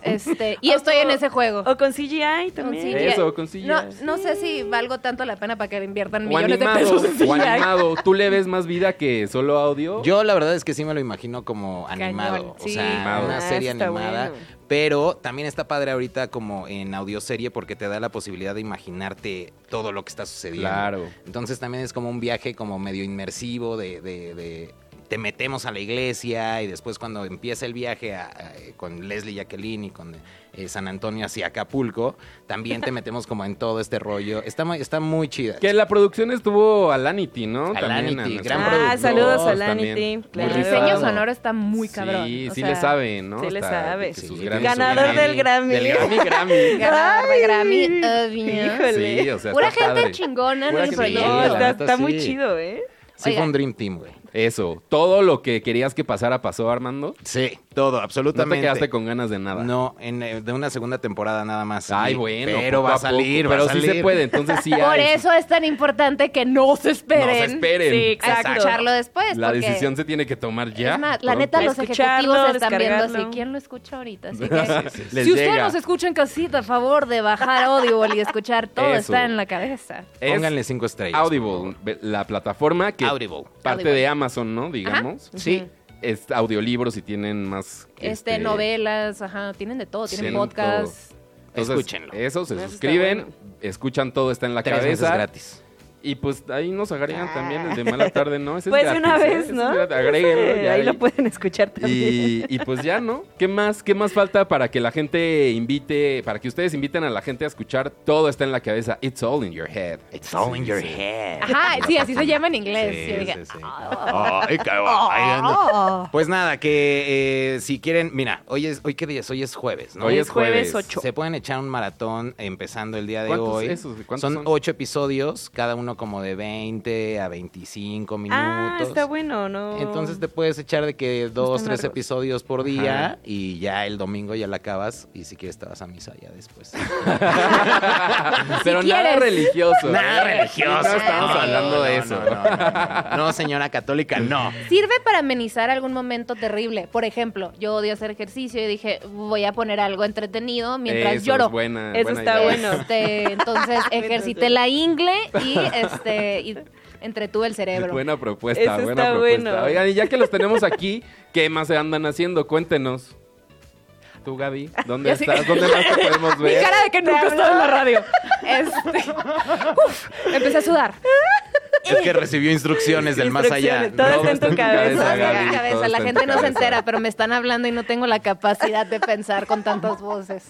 Este, y
Oh,
O
estoy en
con-
ese juego.
o con CGI
Con
también.
CGI.
Eso, con CGI.
No, no sé si valgo tanto la pena para que le inviertan
O
millones
animado,
de pesos. en
o
CGI.
animado. ¿Tú le ves más vida que solo audio?
Yo la verdad es que sí me lo imagino como animado,
Cañón,
o
sí.
sea,
Animado.
una
Ah,
serie
está
animada.
bueno.
Pero también está padre ahorita como en audioserie porque te da la posibilidad de imaginarte todo lo que está sucediendo.
Claro.
Entonces también es como un viaje como medio inmersivo de... de- de- te metemos a la iglesia y después cuando empieza el viaje a- a- eh, con Leslie Jacqueline y con eh, San Antonio hacia Acapulco, también te metemos como en todo este rollo. Está, mu- está muy chida.
Que la producción estuvo Alanity, ¿no?
Alanity,
nuestro
gran
Ah,
productor
saludos a Alanity,
también.
claro.
El
Muy
diseño
rifado.
sonoro está muy cabrón.
Sí,
o
sí
sea,
le saben, ¿no?
sí le sabe.
que sus
Sí.
Grammys son
Ganador
Grammy.
del Grammy.
Del Grammy, Grammy.
Ganador de Grammy, obvio.
Híjole.
Sí, o sea,
Pura
está
gente
padre.
chingona en
Pura
el
gente
proyecto.
No,
Sí, la
está,
neta,
está muy
sí.
chido, ¿eh?
Sí fue
Oigan.
un dream team, güey.
Eso, todo lo que querías que pasara pasó, Armando.
Sí,
No
todo, absolutamente.
te quedaste con ganas de nada.
No, en, eh, de una segunda temporada nada más.
Ah, Ay,
Sí,
bueno.
Pero
poco
va a
poco,
salir, va
Pero
a salir.
sí se puede, entonces sí
Por
hay.
eso es tan importante que no
No
se
se
esperen. Pues,
esperen.
Sí,
A
exacto.
escucharlo después.
La
porque-
decisión se tiene que tomar ya.
Es más, la
pronto.
neta, los
Escucharlo,
ejecutivos están viendo así.
descargarlo.
¿Quién lo escucha ahorita? Así que,
Sí, sí, sí.
si
Les
usted
llega.
nos escucha en casita, a favor de bajar Audible y escuchar todo,
Eso.
está en la cabeza.
Es
Pónganle cinco estrellas.
Audible, ve- la plataforma que
Audible.
parte
Audible.
de Amazon, ¿no? Digamos.
Sí.
Es audiolibros y tienen más.
Este,
este,
novelas, ajá, tienen de todo, tienen
Tienen
podcasts.
Entonces,
Escúchenlo.
Eso, se
Eso está
suscriben,
bueno.
escuchan todo, está en la
Tres meses
cabeza.
gratis.
Y pues ahí nos agregan también el de mala tarde, ¿no? Ese es
Ah. Pues de
gratis,
una
¿eh?
vez,
Ese
¿no?
es gratis, agréguenlo,
Sí,
ya
Eh, ahí
ahí.
lo pueden escuchar también.
Y, y pues ya, ¿no? ¿Qué más? ¿Qué más falta para que la gente invite, para que ustedes inviten a la gente a escuchar Todo está en la cabeza? It's all in your head.
It's all in your head.
Ajá, Ah, sí, así se llama en inglés. "Oh".
Sí,
Yo dije,
sí, sí. Ay, cabrón, ahí
Oh.
ando. Pues nada, que eh, si quieren, mira, hoy es, hoy qué día es, hoy es jueves, ¿no?
Hoy es jueves.
jueves ocho.
Se pueden echar un maratón empezando el día de
¿Cuántos
hoy.
esos? ¿Cuántos
son,
son?
ocho episodios, cada uno como de 20 a 25 minutos.
ah, está bueno, ¿no?
Entonces te puedes echar de que dos,
están
tres
largos.
episodios por día
Ajá.
y ya el domingo ya la acabas y si quieres te vas a misa ya después.
Pero nada
quieres.
religioso. ¿eh? No estamos
No,
hablando de
no,
eso.
No, no, no, no. No, señora católica, no.
Sirve para amenizar algún momento terrible. Por ejemplo, yo odio hacer ejercicio y dije, voy a poner algo entretenido mientras
Eso es
lloro.
buena-
Eso
buena
está
idea.
bueno.
Este, entonces ejercité la ingle y este y entretuve el cerebro.
Buena propuesta,
Eso
buena
está
propuesta.
bueno.
Oigan, y ya que los tenemos aquí, ¿qué más se andan haciendo? Cuéntenos. Tú, Gaby, ¿dónde
Ya sé.
estás? ¿Dónde más te podemos
Mi
ver?
cara de que nunca he estado en la radio. Este, uf, empecé a sudar.
Es que recibió instrucciones del más allá.
Instrucciones, todo
No,
está en
está
tu cabeza.
cabeza, Gaby.
Mi cabeza,
todo
La
está en
gente
tu
no se
cabeza.
entera, pero me están hablando y no tengo la capacidad de pensar con tantas voces.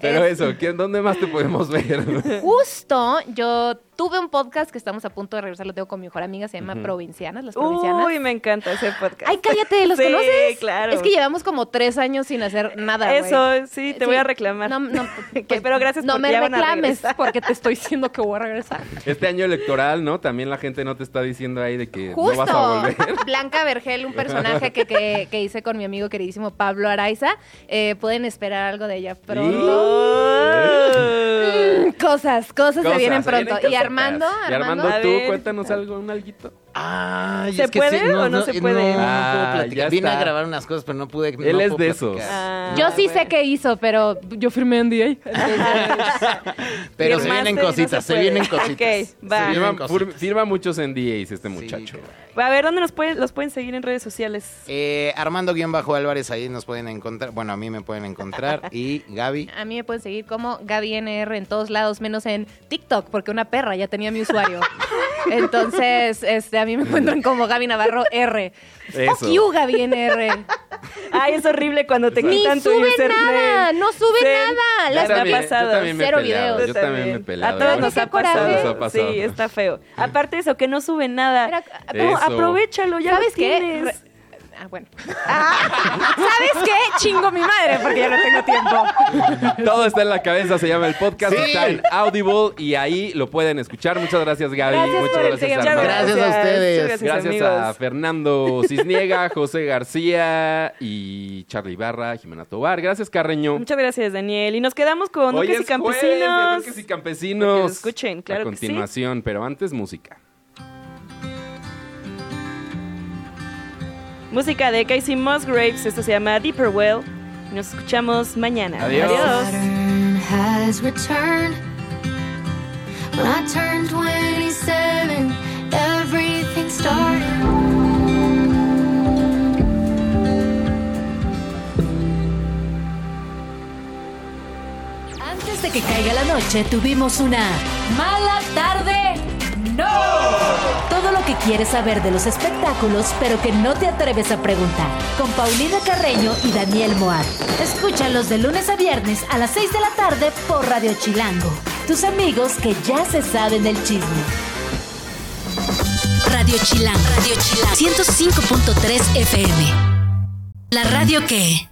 Pero eso, ¿quién- ¿dónde más te podemos ver?
Justo, yo tuve un podcast que estamos a punto de regresar, lo tengo con mi mejor amiga, se llama Provincianas, las Provincianas.
Uy, me encanta ese podcast.
Ay, cállate, ¿los
Sí,
conoces?
claro.
Es que llevamos como tres años sin hacer nada, güey.
Eso, sí, te
Sí.
voy a reclamar.
No, no,
Que-
pues,
pero gracias
No
porque
me
ya van a
reclames,
regresar.
porque te estoy diciendo que voy a regresar.
Este año electoral, ¿no? También la gente no te está diciendo ahí de que no
Justo,
vas a volver.
Blanca Vergel, un personaje que, que- que hice con mi amigo queridísimo Pablo Araiza. Eh, pueden esperar algo de ella pronto.
Oh.
Mm, Cosas, cosas, se
Cosas, se
vienen
vienen
pronto.
cositas.
y Armando,
Y Armando,
Armando,
A
tú
ver.
cuéntanos algo, un alguito.
Ay,
¿Se
es que
puede
sí,
o no se puede?
No, no
Ah,
puedo platicar.
ya
Vine a
está.
grabar unas cosas, pero no pude. no
Él es
puedo
de
platicar.
esos.
Ah,
Yo sí sé qué hizo, pero yo firmé en DA.
Pero se
Ah, Firmaste
vienen
y no
cositas,
se
se,
puede.
vienen cositas.
Ok,
Se
va.
vienen
Firma,
cositas.
fur- firma muchos NDAs este
Sí,
muchacho.
caray.
A ver, ¿dónde los pueden, los pueden seguir en redes sociales?
Eh, Armando-Álvarez, ahí nos pueden encontrar. Bueno, a mí me pueden encontrar. Y Gaby.
A mí me pueden seguir como Gaby NR en todos lados, menos en TikTok, porque una perra ya tenía mi usuario. Entonces, este, a mí me encuentran como Gaby Navarro R.
Eso.
Fuck you, Gaby NR.
Ay, es horrible cuando te
Ni
quitan tu
sube
username.
nada, no sube
Sí.
nada.
Yo
Las-
me
también-
ha pasado.
Yo también me he
Cero
peleado.
videos.
Yo también me he peleado.
A todos
Ay,
nos
qué
ha,
coraje.
pasado.
Nos ha pasado.
Sí, está feo. Aparte eso, que no sube nada.
Era-
No,
Eso.
aprovechalo, ya
¿Sabes
lo
qué?
tienes.
Re- Ah, bueno.
¿Sabes qué? Chingo mi madre porque ya no tengo tiempo.
Todo está en la cabeza, se llama el podcast.
Sí.
Está en Audible y ahí lo pueden escuchar. Muchas gracias, Gaby.
Gracias
Muchas
por el
gracias,
seguimiento.
Armando.
Gracias a ustedes.
Muchas
Gracias
amigos.
a Fernando Cisniega, José García y Charlie Barra, Jimena Tobar. Gracias, Carreño.
Muchas gracias, Daniel. Y nos quedamos con
Hoy
Duques y
es jueves de
Campesinos.
Duques y Campesinos.
Para que lo escuchen, claro
A
que sí.
continuación, pero antes música.
Música de Casey Musgraves. Esto se llama Deeper Well. Y Nos escuchamos mañana.
Adiós.
Saturn has returned. When I turned 27, everything started.
Antes de que caiga la noche tuvimos una mala tarde. ¡No! Todo lo que quieres saber de los espectáculos, pero que no te atreves a preguntar. Con Paulina Carreño y Daniel Moat. Escúchalos de lunes a viernes a las 6 de la tarde por Radio Chilango. Tus amigos que ya se saben del chisme. Radio Chilango. Radio Chilango. 105.3 FM. La radio que...